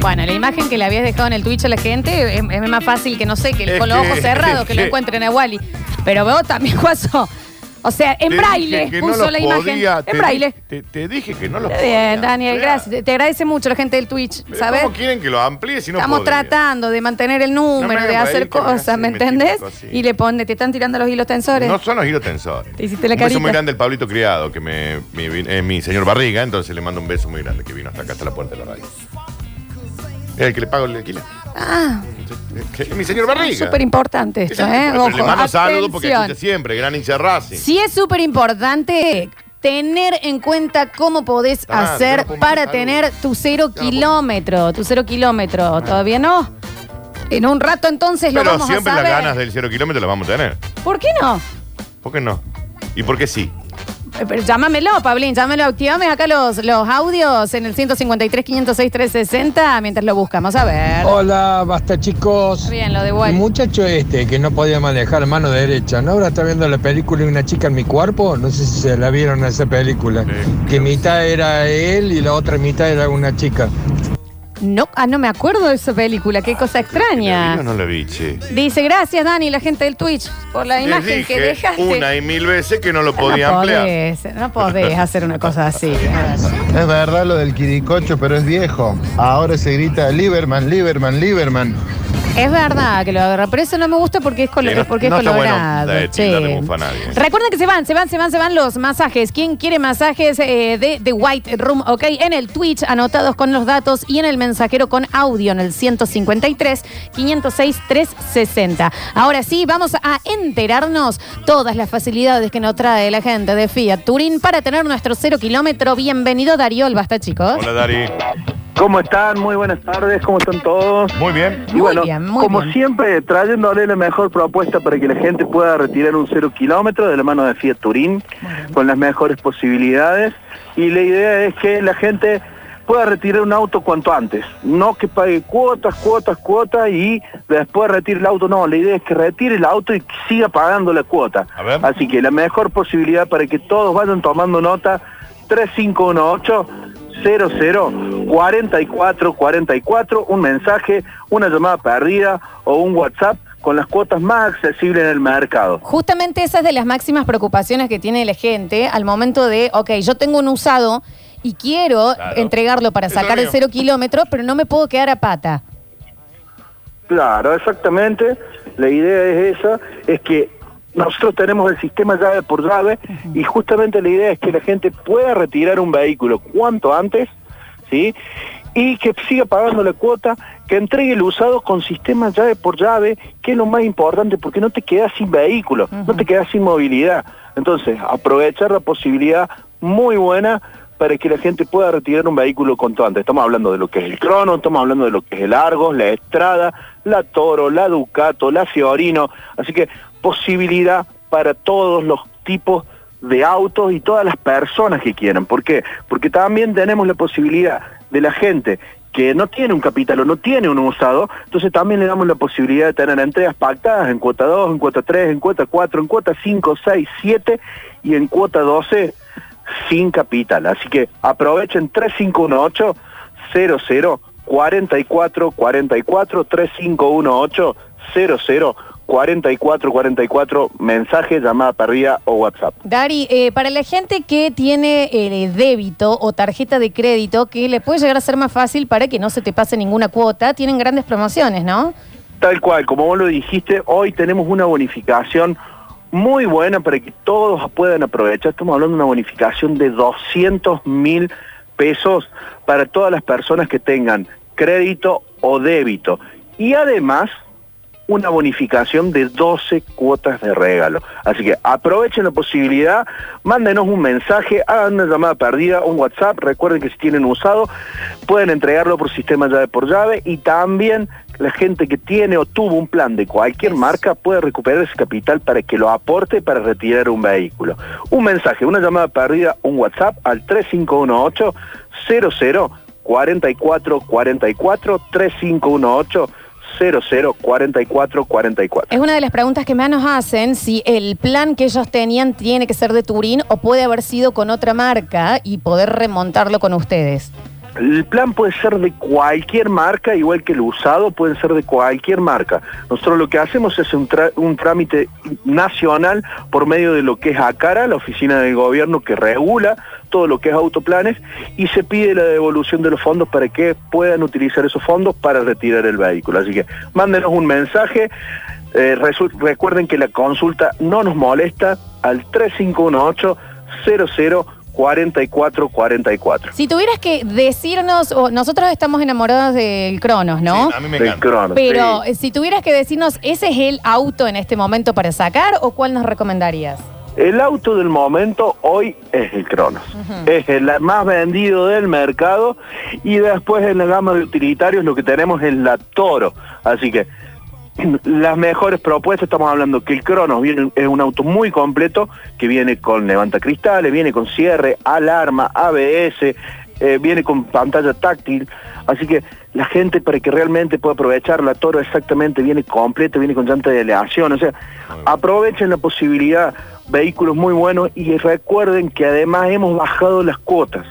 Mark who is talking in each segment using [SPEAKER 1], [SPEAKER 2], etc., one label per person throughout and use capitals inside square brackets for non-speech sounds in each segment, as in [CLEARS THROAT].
[SPEAKER 1] Bueno, la imagen que le habías dejado en el Twitch a la gente es, es más fácil que, no sé, que
[SPEAKER 2] Es
[SPEAKER 1] con los
[SPEAKER 2] que-
[SPEAKER 1] ojos cerrados
[SPEAKER 2] es
[SPEAKER 1] que, lo
[SPEAKER 2] que-
[SPEAKER 1] encuentren a Wally. Pero vos también, [LAUGHS] Guaso. O sea, en
[SPEAKER 2] Te
[SPEAKER 1] braille
[SPEAKER 2] dije que no
[SPEAKER 1] puso
[SPEAKER 2] los
[SPEAKER 1] la imagen.
[SPEAKER 2] podía, te
[SPEAKER 1] en
[SPEAKER 2] di-
[SPEAKER 1] braille.
[SPEAKER 2] Te, te dije que no lo
[SPEAKER 1] Está bien,
[SPEAKER 2] podía,
[SPEAKER 1] Daniel,
[SPEAKER 2] o sea,
[SPEAKER 1] gracias. Te- Te agradece mucho la gente del Twitch,
[SPEAKER 2] pero
[SPEAKER 1] ¿sabes?
[SPEAKER 2] ¿Cómo quieren que lo amplíe si no
[SPEAKER 1] Estamos
[SPEAKER 2] podía?
[SPEAKER 1] tratando de mantener el
[SPEAKER 2] No me
[SPEAKER 1] número,
[SPEAKER 2] hagan
[SPEAKER 1] de
[SPEAKER 2] reír,
[SPEAKER 1] hacer
[SPEAKER 2] que me hagan
[SPEAKER 1] cosas,
[SPEAKER 2] así,
[SPEAKER 1] ¿me
[SPEAKER 2] me tiro
[SPEAKER 1] entendés?
[SPEAKER 2] así.
[SPEAKER 1] Y le ponen, te están tirando los hilos tensores.
[SPEAKER 2] No son los hilos tensores.
[SPEAKER 1] Te hiciste la
[SPEAKER 2] un beso muy
[SPEAKER 1] carita.
[SPEAKER 2] grande el Pablito Criado, que me, mi, vi- eh, mi señor Barriga, entonces le mando un beso muy grande que vino hasta acá, hasta la puerta de la radio. Es el que le pago el alquiler.
[SPEAKER 1] Ah,
[SPEAKER 2] Que- Mi señor Barriga.
[SPEAKER 1] súper importante esto, ¿eh?
[SPEAKER 2] Pero le
[SPEAKER 1] Ojo,
[SPEAKER 2] mando saludos porque
[SPEAKER 1] atención.
[SPEAKER 2] escucha siempre, gran hincha de Racing.
[SPEAKER 1] Sí es súper importante tener en cuenta cómo podés
[SPEAKER 2] Ah, ya
[SPEAKER 1] hacer
[SPEAKER 2] no puedo
[SPEAKER 1] para
[SPEAKER 2] mandar
[SPEAKER 1] tener
[SPEAKER 2] saludos.
[SPEAKER 1] tu cero
[SPEAKER 2] Ya no puedo.
[SPEAKER 1] kilómetro, tu cero kilómetro. ¿Todavía no? En un rato entonces lo
[SPEAKER 2] Pero
[SPEAKER 1] vamos a
[SPEAKER 2] siempre las
[SPEAKER 1] saber.
[SPEAKER 2] ganas del cero kilómetro las vamos a tener.
[SPEAKER 1] ¿Por qué no?
[SPEAKER 2] ¿Por qué no? ¿Y por qué sí?
[SPEAKER 1] Eh, Pero llámamelo, Pablín, llámelo. Activame acá los, los audios en el 153 506 360 mientras lo buscamos. A ver.
[SPEAKER 3] Oh.
[SPEAKER 4] Hola, basta chicos.
[SPEAKER 1] Bien, lo de
[SPEAKER 4] El
[SPEAKER 1] vuelta.
[SPEAKER 4] muchacho este que no podía manejar mano derecha, ¿no? Ahora está viendo la película Una chica en mi cuerpo. No sé si se la vieron a esa película. Que mitad era él y la otra mitad era una chica.
[SPEAKER 1] No, ah, no me acuerdo de esa película, qué cosa
[SPEAKER 2] ¿La vi
[SPEAKER 1] extraña.
[SPEAKER 2] o no la vi, che?
[SPEAKER 1] Dice, gracias Dani, la gente del Twitch, por la
[SPEAKER 2] Les
[SPEAKER 1] imagen que
[SPEAKER 2] dije
[SPEAKER 1] dejaste.
[SPEAKER 2] Una y mil veces que no lo podía
[SPEAKER 1] no
[SPEAKER 2] ampliar.
[SPEAKER 1] podés, no podés hacer una cosa así.
[SPEAKER 5] Es verdad lo del quiricocho, pero es viejo. Ahora se grita Lieberman, Lieberman, Lieberman.
[SPEAKER 1] Es verdad que lo agarra, pero eso no me gusta porque es, colo-
[SPEAKER 2] Sí, no-
[SPEAKER 1] porque es
[SPEAKER 2] no está bueno
[SPEAKER 1] colorado.
[SPEAKER 2] de-
[SPEAKER 1] che.
[SPEAKER 2] tirarle mufa a nadie.
[SPEAKER 1] Recuerden que se van, se van, se van, se van los masajes. ¿Quién quiere masajes eh, de The White Room? Ok, en el Twitch anotados con los datos y en el mensajero con audio en el 153 506 360. Ahora sí, vamos a enterarnos todas las facilidades que nos trae la gente de Fiat Turín para tener nuestro cero kilómetro. Bienvenido Dariol, basta chicos.
[SPEAKER 2] Hola, Dari.
[SPEAKER 6] ¿Cómo están? Muy buenas tardes, ¿cómo están todos?
[SPEAKER 2] Muy bien.
[SPEAKER 1] Muy bien, muy
[SPEAKER 6] como
[SPEAKER 1] bien.
[SPEAKER 6] siempre, trayéndole la mejor propuesta para que la gente pueda retirar un cero kilómetro de la mano de Fiat Turín, con las mejores posibilidades. Y la idea es que la gente pueda retirar un auto cuanto antes, no que pague cuotas, cuotas, cuotas y después retire el auto, no, la idea es que retire el auto y que siga pagando la cuota.
[SPEAKER 2] A ver.
[SPEAKER 6] Así que la mejor posibilidad para que todos vayan tomando nota, 3518. 00 44 44, un mensaje, una llamada perdida o un WhatsApp con las cuotas más accesibles en el mercado.
[SPEAKER 1] Justamente esa es de las máximas preocupaciones que tiene la gente al momento de, ok, yo tengo un usado y quiero
[SPEAKER 2] Claro.
[SPEAKER 1] entregarlo para
[SPEAKER 2] Eso
[SPEAKER 1] sacar el
[SPEAKER 2] es mío.
[SPEAKER 1] cero kilómetro, pero no me puedo quedar a pata.
[SPEAKER 6] Claro, exactamente. La idea es esa, es que nosotros tenemos el sistema llave por llave y justamente la idea es que la gente pueda retirar un vehículo cuanto antes, ¿sí? Y que siga pagando la cuota, que entregue el usado con sistema llave por llave, que es lo más importante, porque no te quedas sin vehículo, no te quedas sin movilidad. Entonces, aprovechar la posibilidad muy buena para que la gente pueda retirar un vehículo cuanto antes. Estamos hablando de lo que es el crono, estamos hablando de lo que es el Argos, la Estrada, la Toro, la Ducato, la Fiorino. Así que posibilidad para todos los tipos de autos y todas las personas que quieran. ¿Por qué? Porque también tenemos la posibilidad de la gente que no tiene un capital o no tiene un usado, entonces también le damos la posibilidad de tener entregas pactadas en cuota 2, en cuota 3, en cuota 4, en cuota 5, 6, 7 y en cuota 12 sin capital. Así que aprovechen 3518 00 44 44 3518 00 44 44 mensaje, llamada perdida o WhatsApp.
[SPEAKER 1] Dari, eh, para la gente que tiene eh, débito o tarjeta de crédito, que le puede llegar a ser más fácil para que no se te pase ninguna cuota, tienen grandes promociones, ¿no?
[SPEAKER 6] Tal cual, como vos lo dijiste, hoy tenemos una bonificación muy buena para que todos puedan aprovechar. Estamos hablando de una bonificación de 200 mil pesos para todas las personas que tengan crédito o débito. Y además, una bonificación de 12 cuotas de regalo. Así que aprovechen la posibilidad, mándenos un mensaje, hagan una llamada perdida, un WhatsApp, recuerden que si tienen usado, pueden entregarlo por sistema llave por llave y también la gente que tiene o tuvo un plan de cualquier
[SPEAKER 1] Eso.
[SPEAKER 6] marca puede recuperar ese capital para que lo aporte para retirar un vehículo. Un mensaje, una llamada perdida, un WhatsApp al 3518 00 44 44 3518 00 44 44.
[SPEAKER 1] Es una de las preguntas que más nos hacen si el plan que ellos tenían tiene que ser de Turín o puede haber sido con otra marca y poder remontarlo con ustedes.
[SPEAKER 6] El plan puede ser de cualquier marca, igual que el usado pueden ser de cualquier marca. Nosotros lo que hacemos es un, tra- un trámite nacional por medio de lo que es ACARA, la oficina del gobierno que regula todo lo que es autoplanes, y se pide la devolución de los fondos para que puedan utilizar esos fondos para retirar el vehículo. Así que mándenos un mensaje. Eh, resu- recuerden que la consulta no nos molesta al 3518 00 4444.
[SPEAKER 1] Si tuvieras que decirnos, o nosotros estamos enamorados del Cronos, ¿no?
[SPEAKER 2] Sí, a mí me
[SPEAKER 6] Del
[SPEAKER 2] encanta.
[SPEAKER 6] Cronos,
[SPEAKER 1] Pero
[SPEAKER 6] sí.
[SPEAKER 1] eh, si tuvieras que decirnos, ¿ese es el auto en este momento para sacar o cuál nos recomendarías?
[SPEAKER 6] El auto del momento hoy es el Cronos. Es el más vendido del mercado y después en la gama de utilitarios lo que tenemos es la Toro. Así que [CLEARS THROAT] las mejores propuestas, estamos hablando que el Cronos viene, es un auto muy completo que viene con levantacristales, viene con cierre, alarma, ABS, eh, viene con pantalla táctil. Así que la gente para que realmente pueda aprovechar la Toro exactamente viene completa, viene con llanta de aleación. O sea, aprovechen la posibilidad, vehículos muy buenos y recuerden que además hemos bajado las cuotas.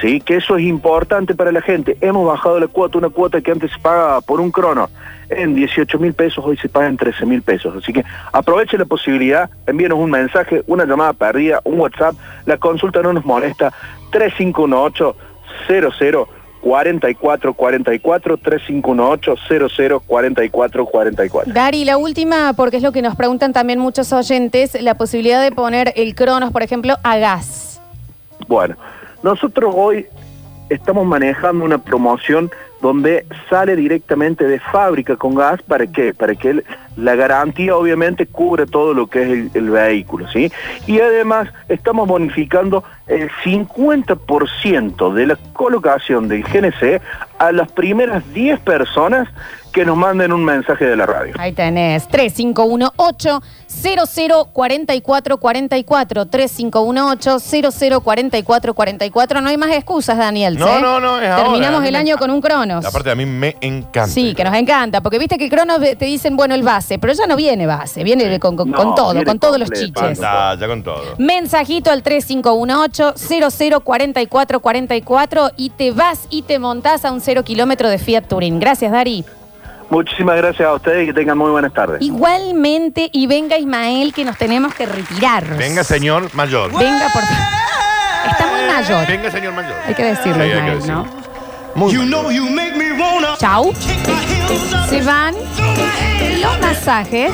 [SPEAKER 6] ¿sí? que eso es importante para la gente. Hemos bajado la cuota, una cuota que antes se pagaba por un crono en 18 mil pesos, hoy se paga en 13 mil pesos. Así que aprovechen la posibilidad, envíenos un mensaje, una llamada perdida, un WhatsApp, la consulta no nos molesta, 3518 00 44 44 3518 00 44 44.
[SPEAKER 1] Dari, la última, porque es lo que nos preguntan también muchos oyentes, la posibilidad de poner el Cronos, por ejemplo, a gas.
[SPEAKER 6] Bueno, nosotros hoy estamos manejando una promoción donde sale directamente de fábrica con gas, ¿para qué? Para que el- la garantía obviamente cubre todo lo que es el, el vehículo, ¿sí? Y además estamos bonificando el 50% de la colocación del GNC a las primeras 10 personas que nos manden un mensaje de la radio.
[SPEAKER 1] Ahí tenés, 3518 004444 3518 004444 No hay más excusas, Daniel.
[SPEAKER 2] No,
[SPEAKER 1] ¿sí?
[SPEAKER 2] no, no, es ahora.
[SPEAKER 1] Terminamos
[SPEAKER 2] A mí
[SPEAKER 1] el
[SPEAKER 2] me
[SPEAKER 1] año con un Cronos.
[SPEAKER 2] Aparte, a mí me encanta.
[SPEAKER 1] Sí, que nos encanta, porque viste que Cronos te dicen, bueno, el base, pero ya no viene base, viene con, con-
[SPEAKER 6] No,
[SPEAKER 1] con todo,
[SPEAKER 6] viene
[SPEAKER 1] con todos los
[SPEAKER 6] completo.
[SPEAKER 1] chiches.
[SPEAKER 2] Pantalla con todo.
[SPEAKER 1] Mensajito al 3518-004444 y te vas y te montás a un cero kilómetro de Fiat Turín. Gracias, Dari.
[SPEAKER 6] Muchísimas gracias a ustedes y que tengan muy buenas tardes.
[SPEAKER 1] Igualmente, y venga Ismael, que nos tenemos que retirar.
[SPEAKER 2] Venga, señor mayor.
[SPEAKER 1] Venga, por favor. Está muy mayor.
[SPEAKER 2] Venga, señor mayor.
[SPEAKER 1] Hay que decirlo,
[SPEAKER 2] Sí, hay que
[SPEAKER 1] Ismael,
[SPEAKER 2] decirlo.
[SPEAKER 1] ¿no?
[SPEAKER 2] Muy
[SPEAKER 7] You
[SPEAKER 2] mayor.
[SPEAKER 7] know you make me wanna
[SPEAKER 1] Chau.
[SPEAKER 7] kick my heels up.
[SPEAKER 1] Se van los masajes.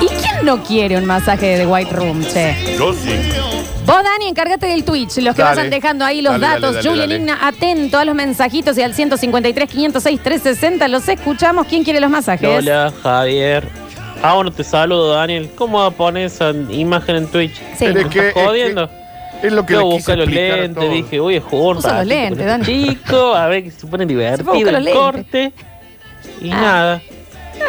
[SPEAKER 1] ¿Y quién no quiere un masaje de White Room, che?
[SPEAKER 2] Yo sí.
[SPEAKER 1] Vos, Dani, encárgate del Twitch. Los que
[SPEAKER 2] Dale.
[SPEAKER 1] vayan dejando ahí los
[SPEAKER 2] Dale, dale,
[SPEAKER 1] datos.
[SPEAKER 2] dale,
[SPEAKER 1] Julian
[SPEAKER 2] dale.
[SPEAKER 1] Igna, atento a los mensajitos y al 153, 506, 360. Los escuchamos. ¿Quién quiere los masajes?
[SPEAKER 8] Hola, Javier. Ah, bueno, te saludo, Daniel. ¿cómo va a poner esa imagen en Twitch?
[SPEAKER 1] Sí.
[SPEAKER 2] Pero
[SPEAKER 1] ¿Me
[SPEAKER 2] es que,
[SPEAKER 8] estás
[SPEAKER 2] es que-
[SPEAKER 8] jodiendo?
[SPEAKER 2] Es lo que
[SPEAKER 8] Yo
[SPEAKER 2] le quise
[SPEAKER 8] busqué los
[SPEAKER 2] explicar a
[SPEAKER 8] lentes,
[SPEAKER 2] todos.
[SPEAKER 8] dije, uy, es jugar un
[SPEAKER 1] Puso los
[SPEAKER 8] ratito
[SPEAKER 1] lentes,
[SPEAKER 8] con este
[SPEAKER 1] Dani.
[SPEAKER 8] Chico, a ver que se pone divertido
[SPEAKER 1] los
[SPEAKER 8] el
[SPEAKER 1] lentes.
[SPEAKER 8] corte. Y
[SPEAKER 1] Ah.
[SPEAKER 8] nada.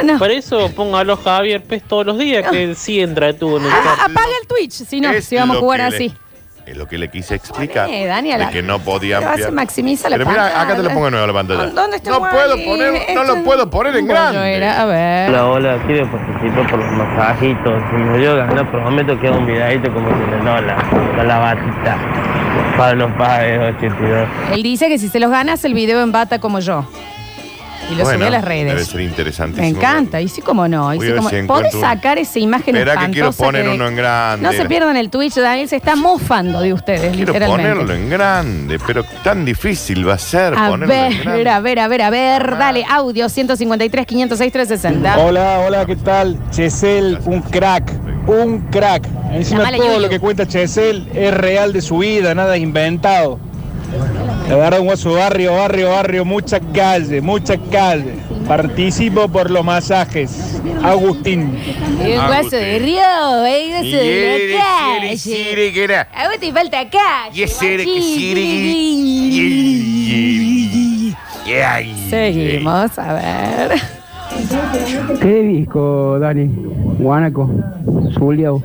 [SPEAKER 1] No, no.
[SPEAKER 8] Por eso póngalo Javier Pez todos los días, que sí entra tú en el
[SPEAKER 1] Ah,
[SPEAKER 8] chat.
[SPEAKER 1] apaga el Twitch, si no,
[SPEAKER 2] Es
[SPEAKER 1] si vamos a
[SPEAKER 2] lo
[SPEAKER 1] jugar
[SPEAKER 2] que le-
[SPEAKER 1] así.
[SPEAKER 2] Es lo que le quise explicar.
[SPEAKER 1] Poné, Dani, a
[SPEAKER 2] de
[SPEAKER 1] la-
[SPEAKER 2] que no podía
[SPEAKER 1] Pero
[SPEAKER 2] ampliar.
[SPEAKER 1] hace maximiza la
[SPEAKER 2] Pero mira, acá te lo
[SPEAKER 1] pantalla.
[SPEAKER 2] pongo de nuevo la pantalla.
[SPEAKER 1] ¿Dónde está
[SPEAKER 2] no
[SPEAKER 1] Wally?
[SPEAKER 2] puedo poner, no
[SPEAKER 1] Esto es
[SPEAKER 2] lo puedo poner en
[SPEAKER 1] un bollo
[SPEAKER 2] grande.
[SPEAKER 1] era, a ver.
[SPEAKER 9] Hola, hola, quiero participar por los masajitos. Si me dio ganas, prometo que hago un videadito como si le no la, con la batita. Pablo Páez, 82.
[SPEAKER 1] Él dice que si se los ganas, el video en bata como yo. Y lo
[SPEAKER 2] Bueno,
[SPEAKER 1] subí a las
[SPEAKER 2] Debe
[SPEAKER 1] redes.
[SPEAKER 2] ser interesantísimo.
[SPEAKER 1] Me encanta, y sí como no. Y
[SPEAKER 2] Voy
[SPEAKER 1] sí
[SPEAKER 2] a ver
[SPEAKER 1] como...
[SPEAKER 2] si encuentro
[SPEAKER 1] Podés
[SPEAKER 2] un-
[SPEAKER 1] sacar esa imagen
[SPEAKER 2] Espera que quiero
[SPEAKER 1] espantosa
[SPEAKER 2] poner
[SPEAKER 1] que-
[SPEAKER 2] uno en grande.
[SPEAKER 1] No se pierdan el Twitch, Daniel se está mofando de ustedes,
[SPEAKER 2] Quiero
[SPEAKER 1] literalmente.
[SPEAKER 2] ponerlo en grande, pero tan difícil va a ser
[SPEAKER 1] A
[SPEAKER 2] ponerlo en
[SPEAKER 1] ver,
[SPEAKER 2] grande. Ah.
[SPEAKER 1] a ver, a ver, a ver, dale, audio 153, 506,
[SPEAKER 2] Oh,
[SPEAKER 1] 360.
[SPEAKER 10] Hola, hola, ¿qué tal? Chesel, un crack, un crack. Encima
[SPEAKER 1] Llamale,
[SPEAKER 10] todo
[SPEAKER 1] Yuyu.
[SPEAKER 10] lo que cuenta Chesel es real de su vida, nada inventado. La verdad, un guaso barrio, barrio, barrio, mucha calle, mucha calle. Participo por los masajes. Agustín.
[SPEAKER 1] El guaso de Río, el
[SPEAKER 2] ah, Y
[SPEAKER 1] guaso
[SPEAKER 2] eres,
[SPEAKER 1] de la
[SPEAKER 2] eres,
[SPEAKER 1] calle.
[SPEAKER 2] eres, que era.
[SPEAKER 1] A vos te falta acá.
[SPEAKER 2] Y ese era que sí, era
[SPEAKER 1] Sí.
[SPEAKER 2] que- Yeah, yeah.
[SPEAKER 1] Seguimos, a ver.
[SPEAKER 11] ¿Qué disco, Dani? Guanaco, Zuliao.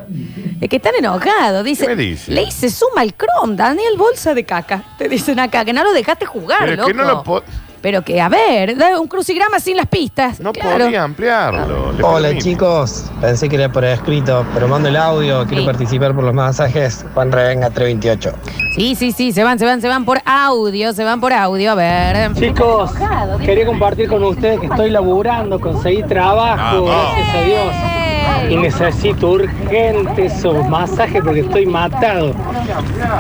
[SPEAKER 1] Es que están enojados, dice.
[SPEAKER 2] ¿Qué me dice?
[SPEAKER 1] Le dice, suma el Chrome, Daniel, bolsa de caca. Te dicen acá, que no lo dejaste jugar,
[SPEAKER 2] Pero es
[SPEAKER 1] loco.
[SPEAKER 2] que no lo po-
[SPEAKER 1] Pero que, a ver, da un crucigrama sin las pistas. No
[SPEAKER 2] podía ampliarlo. Le
[SPEAKER 12] Hola
[SPEAKER 2] permite.
[SPEAKER 12] chicos, pensé que era por escrito, pero mando el audio, quiero
[SPEAKER 1] Sí.
[SPEAKER 12] participar por los masajes. Juan Revenga 328.
[SPEAKER 1] Sí, sí, sí, se van, se van, se van por audio, se van por audio, a ver.
[SPEAKER 13] Chicos, quería compartir con ustedes que estoy laburando, conseguí trabajo,
[SPEAKER 1] Vamos.
[SPEAKER 13] gracias a Dios. Y necesito urgente esos masajes porque estoy matado.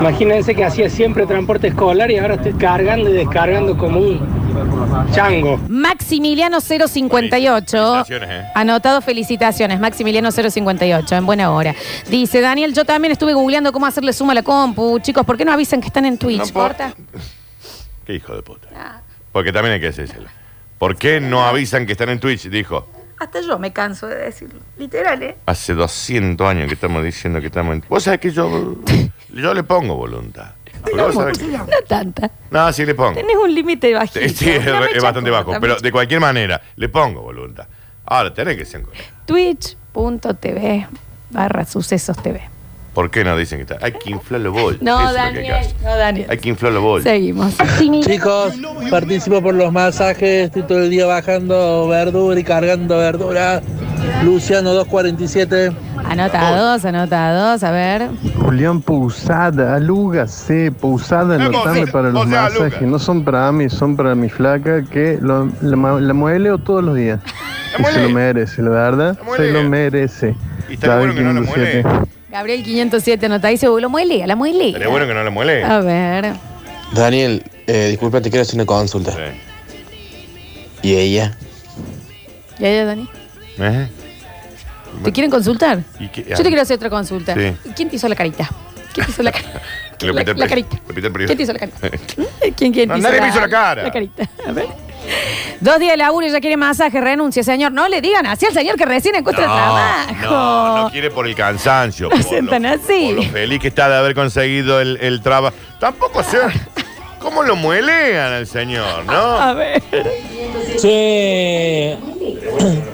[SPEAKER 13] Imagínense que hacía siempre transporte escolar y ahora estoy cargando y descargando como un chango.
[SPEAKER 1] Maximiliano 058.
[SPEAKER 13] Felicitaciones, eh.
[SPEAKER 1] Anotado, felicitaciones. Maximiliano 058, en buena hora. Dice, Daniel, yo también estuve googleando cómo hacerle suma a la compu. Chicos, ¿por qué no avisan que están en Twitch?
[SPEAKER 2] puedo.
[SPEAKER 1] Corta.
[SPEAKER 2] [LAUGHS]
[SPEAKER 1] Ah.
[SPEAKER 2] Qué hijo de puta. Porque también hay que decírselo. ¿Por qué no avisan que están en Twitch? Dijo.
[SPEAKER 1] Hasta yo me canso de decirlo. Literal, ¿eh?
[SPEAKER 2] Hace 200 años que estamos diciendo que estamos en... Vos sabés que
[SPEAKER 1] [LAUGHS]
[SPEAKER 2] yo, yo le pongo voluntad. Porque vos sabés que-
[SPEAKER 1] No tanta.
[SPEAKER 2] No, sí le pongo.
[SPEAKER 1] Tenés un límite bajito.
[SPEAKER 2] [LAUGHS] Sí, sí, es,
[SPEAKER 1] Dame
[SPEAKER 2] es
[SPEAKER 1] chacota,
[SPEAKER 2] bastante bajo.
[SPEAKER 1] dame
[SPEAKER 2] Pero de cualquier manera, le pongo voluntad. Ahora, tenés que ser...
[SPEAKER 1] Twitch.tv barra sucesos TV.
[SPEAKER 2] ¿Por qué no dicen que está? Hay que inflarlo bollos.
[SPEAKER 1] No,
[SPEAKER 2] Eso es lo que hay que
[SPEAKER 1] Daniel,
[SPEAKER 2] hacer.
[SPEAKER 1] no, Daniel.
[SPEAKER 2] Hay que inflarlo bollos.
[SPEAKER 1] Seguimos.
[SPEAKER 14] Chicos, participo por los masajes, estoy todo el día bajando verdura y cargando verdura. Luciano 247.
[SPEAKER 1] Anotados, anotados, a ver.
[SPEAKER 15] Julián Pousada, alúgase, Pousada en la
[SPEAKER 1] Vamos,
[SPEAKER 15] tarde
[SPEAKER 1] sí,
[SPEAKER 15] para los
[SPEAKER 1] o sea,
[SPEAKER 15] masajes.
[SPEAKER 1] aluga.
[SPEAKER 15] No son para mí, son para mi flaca que lo- la, ma- la mueleo todos los días. Y se lo merece, la verdad. se lo merece. David 507.
[SPEAKER 1] Gabriel 507 anota, dice, "Uy, lo muele, la muele.
[SPEAKER 15] Estaría bueno que no la muele.
[SPEAKER 1] A ver.
[SPEAKER 3] Daniel, eh, disculpa, te quiero hacer una consulta. ¿Y ella?
[SPEAKER 1] ¿Y ella, Dani?
[SPEAKER 2] ¿Eh?
[SPEAKER 1] ¿Te quieren consultar?
[SPEAKER 2] ¿Y qué-
[SPEAKER 1] Yo te quiero hacer otra consulta.
[SPEAKER 2] Sí.
[SPEAKER 1] ¿Quién te hizo la carita? ¿Quién te hizo la
[SPEAKER 2] [LAUGHS]
[SPEAKER 1] carita?
[SPEAKER 2] Le pita el
[SPEAKER 1] la
[SPEAKER 2] pri-
[SPEAKER 1] carita.
[SPEAKER 2] le pita el pri-
[SPEAKER 1] ¿Quién te hizo la carita? [LAUGHS] ¿Quién, quién te
[SPEAKER 2] No, nadie me hizo la cara.
[SPEAKER 1] La carita. [LAUGHS] A ver. Dos días de laburo y ya quiere masaje, renuncia, señor. No le digan así al señor que recién encuentra trabajo.
[SPEAKER 2] No, no quiere por el cansancio. Por
[SPEAKER 1] Sentan así.
[SPEAKER 2] lo feliz que está de haber conseguido el, el trabajo. Tampoco sé. ¿Cómo lo muelean al señor, no?
[SPEAKER 1] A ver.
[SPEAKER 16] Che,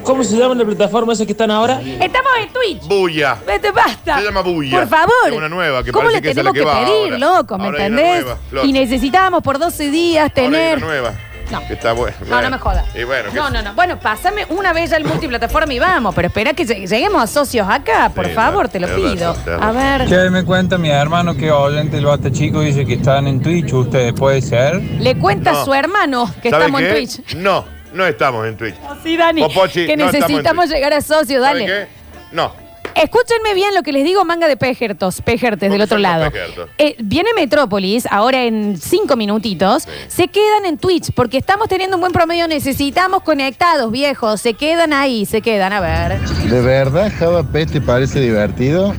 [SPEAKER 16] ¿cómo se llama la plataforma esa que están ahora?
[SPEAKER 1] Estamos en Twitch.
[SPEAKER 2] Bulla.
[SPEAKER 1] Vete, basta.
[SPEAKER 2] Se llama Bulla.
[SPEAKER 1] Por favor.
[SPEAKER 2] Es una nueva que
[SPEAKER 1] ¿Cómo la
[SPEAKER 2] parece que esa es
[SPEAKER 1] tenemos
[SPEAKER 2] la
[SPEAKER 1] que,
[SPEAKER 2] que va
[SPEAKER 1] pedir,
[SPEAKER 2] ahora.
[SPEAKER 1] loco? ¿Me
[SPEAKER 2] Ahora hay una
[SPEAKER 1] entendés?
[SPEAKER 2] nueva, Flor.
[SPEAKER 1] y necesitábamos por 12 días
[SPEAKER 2] Ahora hay
[SPEAKER 1] tener.
[SPEAKER 2] una nueva.
[SPEAKER 1] No.
[SPEAKER 2] Que está bueno.
[SPEAKER 1] No, no me jodas.
[SPEAKER 2] Y bueno,
[SPEAKER 1] No, no, no. Bueno, pásame una vez ya el multiplataforma y vamos, pero espera que lleg- lleguemos a socios acá, por
[SPEAKER 4] Sí,
[SPEAKER 1] favor,
[SPEAKER 4] tenés
[SPEAKER 1] te lo
[SPEAKER 4] razón,
[SPEAKER 1] pido.
[SPEAKER 4] tenés
[SPEAKER 1] a ver,
[SPEAKER 4] Che, me cuenta mi hermano que oyente el bate chico dice que están en Twitch, ¿ustedes puede ser?
[SPEAKER 1] le cuenta
[SPEAKER 4] No.
[SPEAKER 1] a su hermano que
[SPEAKER 2] ¿Sabe
[SPEAKER 1] estamos en
[SPEAKER 2] qué?
[SPEAKER 1] Twitch.
[SPEAKER 2] No, no estamos en Twitch.
[SPEAKER 1] Sí, Dani,
[SPEAKER 2] Popochi,
[SPEAKER 1] que
[SPEAKER 2] no estamos en
[SPEAKER 1] necesitamos
[SPEAKER 2] Twitch.
[SPEAKER 1] llegar a socios, dale.
[SPEAKER 2] ¿Sabe qué? No.
[SPEAKER 1] Escúchenme bien lo que les digo, manga de pejertos, pejertes del otro
[SPEAKER 2] son los
[SPEAKER 1] lado.
[SPEAKER 2] pejertos?
[SPEAKER 1] Eh, viene Metrópolis, ahora en cinco minutitos. Se quedan en Twitch porque estamos teniendo un buen promedio. Necesitamos conectados, viejos. Se quedan ahí, se quedan. A ver.
[SPEAKER 5] ¿De verdad Java Pet te parece divertido?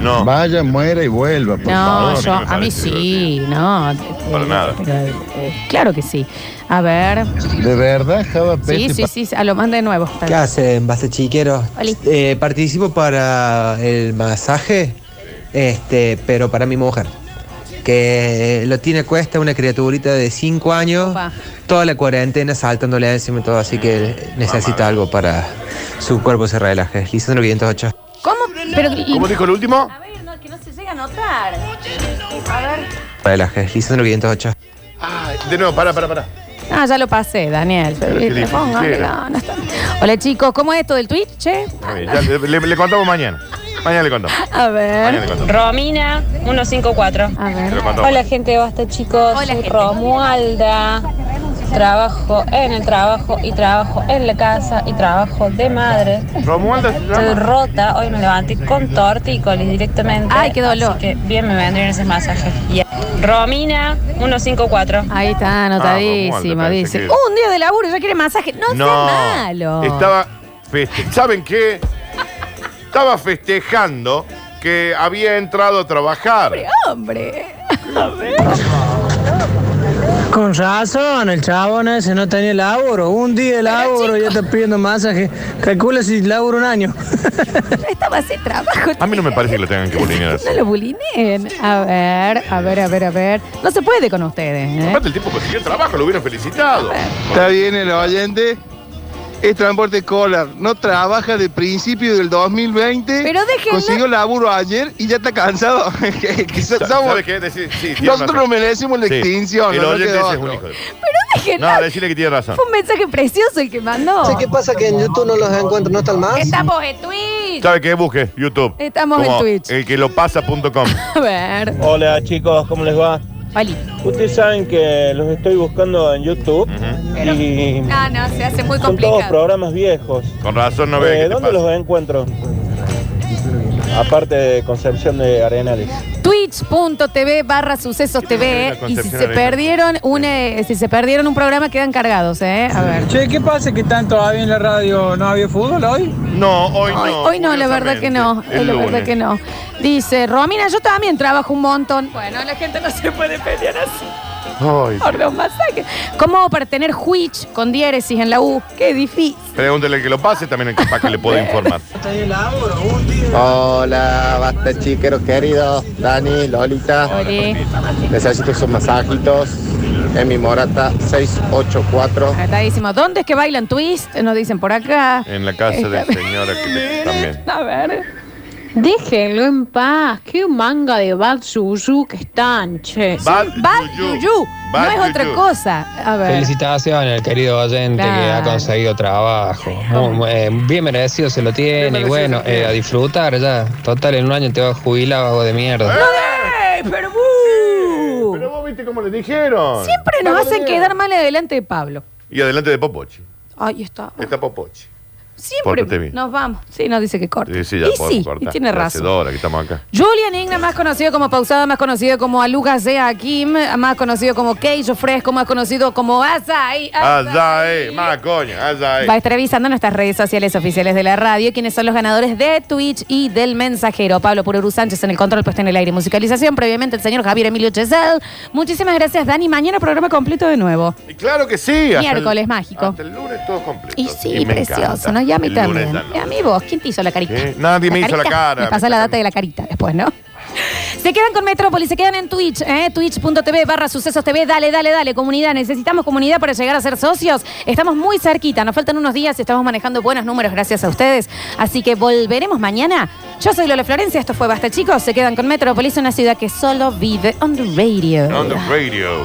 [SPEAKER 2] No.
[SPEAKER 5] Vaya, muera y vuelva, por
[SPEAKER 1] No,
[SPEAKER 5] favor.
[SPEAKER 1] yo, a mí sí, no. eh,
[SPEAKER 5] Para nada.
[SPEAKER 1] Claro que sí. A ver.
[SPEAKER 5] ¿De verdad Java Pet
[SPEAKER 1] Sí,
[SPEAKER 5] te
[SPEAKER 1] sí, sí, a lo manda de nuevo. Está
[SPEAKER 3] ¿Qué
[SPEAKER 1] bien.
[SPEAKER 3] hacen, base chiquero?
[SPEAKER 1] Ah. Oli.
[SPEAKER 3] Eh, participo para el masaje, este, pero para mi mujer, que lo tiene cuesta una criaturita de 5 años, toda la cuarentena saltándole encima y todo, así que necesita algo para su cuerpo se relaje. Lisandro 508.
[SPEAKER 1] ¿Cómo? Pero,
[SPEAKER 2] ¿Cómo dijo el último?
[SPEAKER 1] A ver, no, que no se llega a notar. A ver.
[SPEAKER 3] Relaje, Lisandro 508.
[SPEAKER 2] De nuevo, para, para, para.
[SPEAKER 1] Ah, ya lo pasé, Daniel.
[SPEAKER 2] Pero qué
[SPEAKER 1] Le pongo,
[SPEAKER 2] difícil
[SPEAKER 1] le
[SPEAKER 2] era.
[SPEAKER 1] gano, está bien. Hola chicos, ¿cómo es esto del Twitch? che?
[SPEAKER 2] Está bien, ya le, le- le contamos mañana. Mañana le contamos.
[SPEAKER 1] A
[SPEAKER 2] Mañana le
[SPEAKER 1] ver.
[SPEAKER 2] contamos.
[SPEAKER 17] Romina 154.
[SPEAKER 1] A ver.
[SPEAKER 2] Pero cuando-
[SPEAKER 17] Hola gente de Basta chicos, soy Romualda. Trabajo en el trabajo y trabajo en la casa y trabajo de madre.
[SPEAKER 2] Romualda se llama.
[SPEAKER 17] Estoy rota, hoy me levanté con tortícolis directamente. Ay, qué dolor. Así que bien me vendrían esos masajes. Ya. Romina 154.
[SPEAKER 1] Ahí está, anotadísimo.
[SPEAKER 2] parece
[SPEAKER 1] dice,
[SPEAKER 2] que-
[SPEAKER 1] "Uh, un día de laburo, ya quiere masaje. No, sea malo.
[SPEAKER 2] Estaba feste- ¿Saben qué? Estaba festejando que había entrado a trabajar.
[SPEAKER 1] Hombre.
[SPEAKER 14] Con razón, el chabón ese no tenía laburo. Un día de laburo ya está pidiendo masaje. Calcula si laburo un año.
[SPEAKER 1] [LAUGHS] Estaba sin trabajo.
[SPEAKER 2] A mí no me parece que lo tengan que bulinear así.
[SPEAKER 1] No lo bulineen. A ver, a ver, a ver, a ver. No se puede con ustedes, ¿eh?
[SPEAKER 2] Aparte, el tipo consiguió trabajo, lo hubieran felicitado.
[SPEAKER 18] Está bien el oyente. Es transporte escolar. No trabaja de principio del 2020.
[SPEAKER 1] Pero déjenlo-
[SPEAKER 18] Consiguió laburo ayer y ya está cansado. [LAUGHS] Que so-
[SPEAKER 2] Sa-
[SPEAKER 18] somos-
[SPEAKER 2] ¿Sabes qué? Decir, sí, tiene
[SPEAKER 18] Nosotros
[SPEAKER 2] razón.
[SPEAKER 18] merecemos la
[SPEAKER 2] Sí.
[SPEAKER 18] extinción. no
[SPEAKER 2] El
[SPEAKER 18] nos
[SPEAKER 2] oyente
[SPEAKER 18] queda
[SPEAKER 2] ese es
[SPEAKER 18] otro.
[SPEAKER 2] un hijo de-
[SPEAKER 1] mensaje.
[SPEAKER 2] No, decirle que tiene razón.
[SPEAKER 1] Fue un mensaje precioso el que mandó.
[SPEAKER 12] Che, ¿Qué pasa que en YouTube no los encuentro? ¿No están más?
[SPEAKER 1] Estamos en Twitch.
[SPEAKER 2] ¿Sabe qué? Busque YouTube.
[SPEAKER 1] Estamos en Twitch.
[SPEAKER 2] El que lo pasa.com.
[SPEAKER 1] A ver.
[SPEAKER 19] Hola chicos, ¿cómo les va?
[SPEAKER 1] Oli.
[SPEAKER 19] Ustedes saben que los estoy buscando en YouTube y
[SPEAKER 1] No, no, se hace muy
[SPEAKER 19] son todos
[SPEAKER 1] complicado.
[SPEAKER 19] programas viejos.
[SPEAKER 2] Con razón no ve
[SPEAKER 19] Eh,
[SPEAKER 2] que te
[SPEAKER 19] ¿Dónde
[SPEAKER 2] pasa.
[SPEAKER 19] los encuentro? Aparte de Concepción de Arenales.
[SPEAKER 1] Twitch.tv barra sucesos TV. Y si
[SPEAKER 19] Concepción
[SPEAKER 1] se
[SPEAKER 19] Arena.
[SPEAKER 1] perdieron un, eh, si se perdieron un programa, quedan cargados, ¿eh? A ver.
[SPEAKER 14] Che, ¿qué pasa que están todavía en la radio? ¿No había fútbol hoy?
[SPEAKER 2] No, hoy
[SPEAKER 1] Hoy, hoy no, la verdad que no.
[SPEAKER 14] El
[SPEAKER 1] Hoy la
[SPEAKER 14] lunes.
[SPEAKER 1] verdad que no. Dice, Romina, yo también trabajo un montón. Bueno, la gente no se puede pelear así.
[SPEAKER 2] Ay,
[SPEAKER 1] Por los masacres. ¿Cómo hago para tener Huich con diéresis en la U? Qué difícil.
[SPEAKER 2] Pregúntele al que lo pase también el capaz que
[SPEAKER 1] [LAUGHS]
[SPEAKER 2] le puedo informar.
[SPEAKER 20] Hola, basta chiqueros queridos, Dani, Lolita.
[SPEAKER 1] Oli.
[SPEAKER 20] Necesito sus masajitos en mi morata 684.
[SPEAKER 1] Atadísimo. ¿Dónde es que bailan twist? Nos dicen por acá.
[SPEAKER 2] En la casa de
[SPEAKER 1] Está-
[SPEAKER 2] señora que te- también.
[SPEAKER 1] A ver.
[SPEAKER 21] Déjenlo en paz, qué manga de Bad Yuyu que están,
[SPEAKER 17] Eh,
[SPEAKER 21] che.
[SPEAKER 2] Bad,
[SPEAKER 1] Yuyu.
[SPEAKER 21] Bad
[SPEAKER 1] no es otra
[SPEAKER 21] Yuyu.
[SPEAKER 1] cosa. A ver.
[SPEAKER 22] Felicitaciones al querido oyente que ha
[SPEAKER 1] Claro.
[SPEAKER 22] conseguido trabajo. Muy, muy, eh, bien merecido se lo tiene y bueno, eh, a disfrutar ya. Total, en un año te vas a jubilar, vago de mierda.
[SPEAKER 1] ¡Ey, pero bu!
[SPEAKER 2] Pero vos viste cómo le dijeron.
[SPEAKER 1] Uh. Siempre nos hacen quedar mal adelante de Pablo.
[SPEAKER 2] Y adelante de Popochi.
[SPEAKER 1] Ahí está.
[SPEAKER 2] Está Popochi. Pórtate
[SPEAKER 1] Siempre
[SPEAKER 2] bien.
[SPEAKER 1] nos vamos. Sí, nos dice que corta.
[SPEAKER 2] Sí, sí, ya
[SPEAKER 1] y
[SPEAKER 2] podemos
[SPEAKER 1] sí,
[SPEAKER 2] cortar.
[SPEAKER 1] y tiene
[SPEAKER 2] Gracias,
[SPEAKER 1] razón.
[SPEAKER 2] Dora, que estamos acá.
[SPEAKER 1] Julian Igna, más conocido como Pausada, más conocido como Aluga Sea Kim, más conocido como Keijo Fresco, más conocido como Azai.
[SPEAKER 2] Azae, eh, más coño, eh. azae.
[SPEAKER 1] Va a estar avisando en nuestras redes sociales oficiales de la radio quiénes son los ganadores de Twitch y del mensajero. Pablo Pururu Sánchez en el control, puesta en el aire y musicalización. Previamente el señor Javier Emilio Chesel. Muchísimas gracias, Dani. Mañana programa completo de nuevo.
[SPEAKER 2] Y claro que sí. hasta el-
[SPEAKER 1] Miércoles mágico.
[SPEAKER 2] Hasta el lunes todo completo.
[SPEAKER 1] Y sí,
[SPEAKER 2] Y me
[SPEAKER 1] precioso,
[SPEAKER 2] encanta.
[SPEAKER 1] ¿no? Y a mí
[SPEAKER 2] El lunes
[SPEAKER 1] también.
[SPEAKER 2] dan
[SPEAKER 1] Y a mí vos, ¿quién te hizo la carita?
[SPEAKER 2] ¿Qué? Nadie me hizo la
[SPEAKER 1] carita?
[SPEAKER 2] cara.
[SPEAKER 1] Me pasó la data de la carita después, ¿no? Se quedan con Metrópolis, se quedan en Twitch, ¿eh? twitch.tv barra sucesos TV. Dale, dale, dale, comunidad. Necesitamos comunidad para llegar a ser socios. Estamos muy cerquita, nos faltan unos días y estamos manejando buenos números gracias a ustedes. Así que volveremos mañana. Yo soy Lola Florencia, esto fue Basta, chicos. Se quedan con Metrópolis, una ciudad que solo vive on the radio.
[SPEAKER 2] On the radio.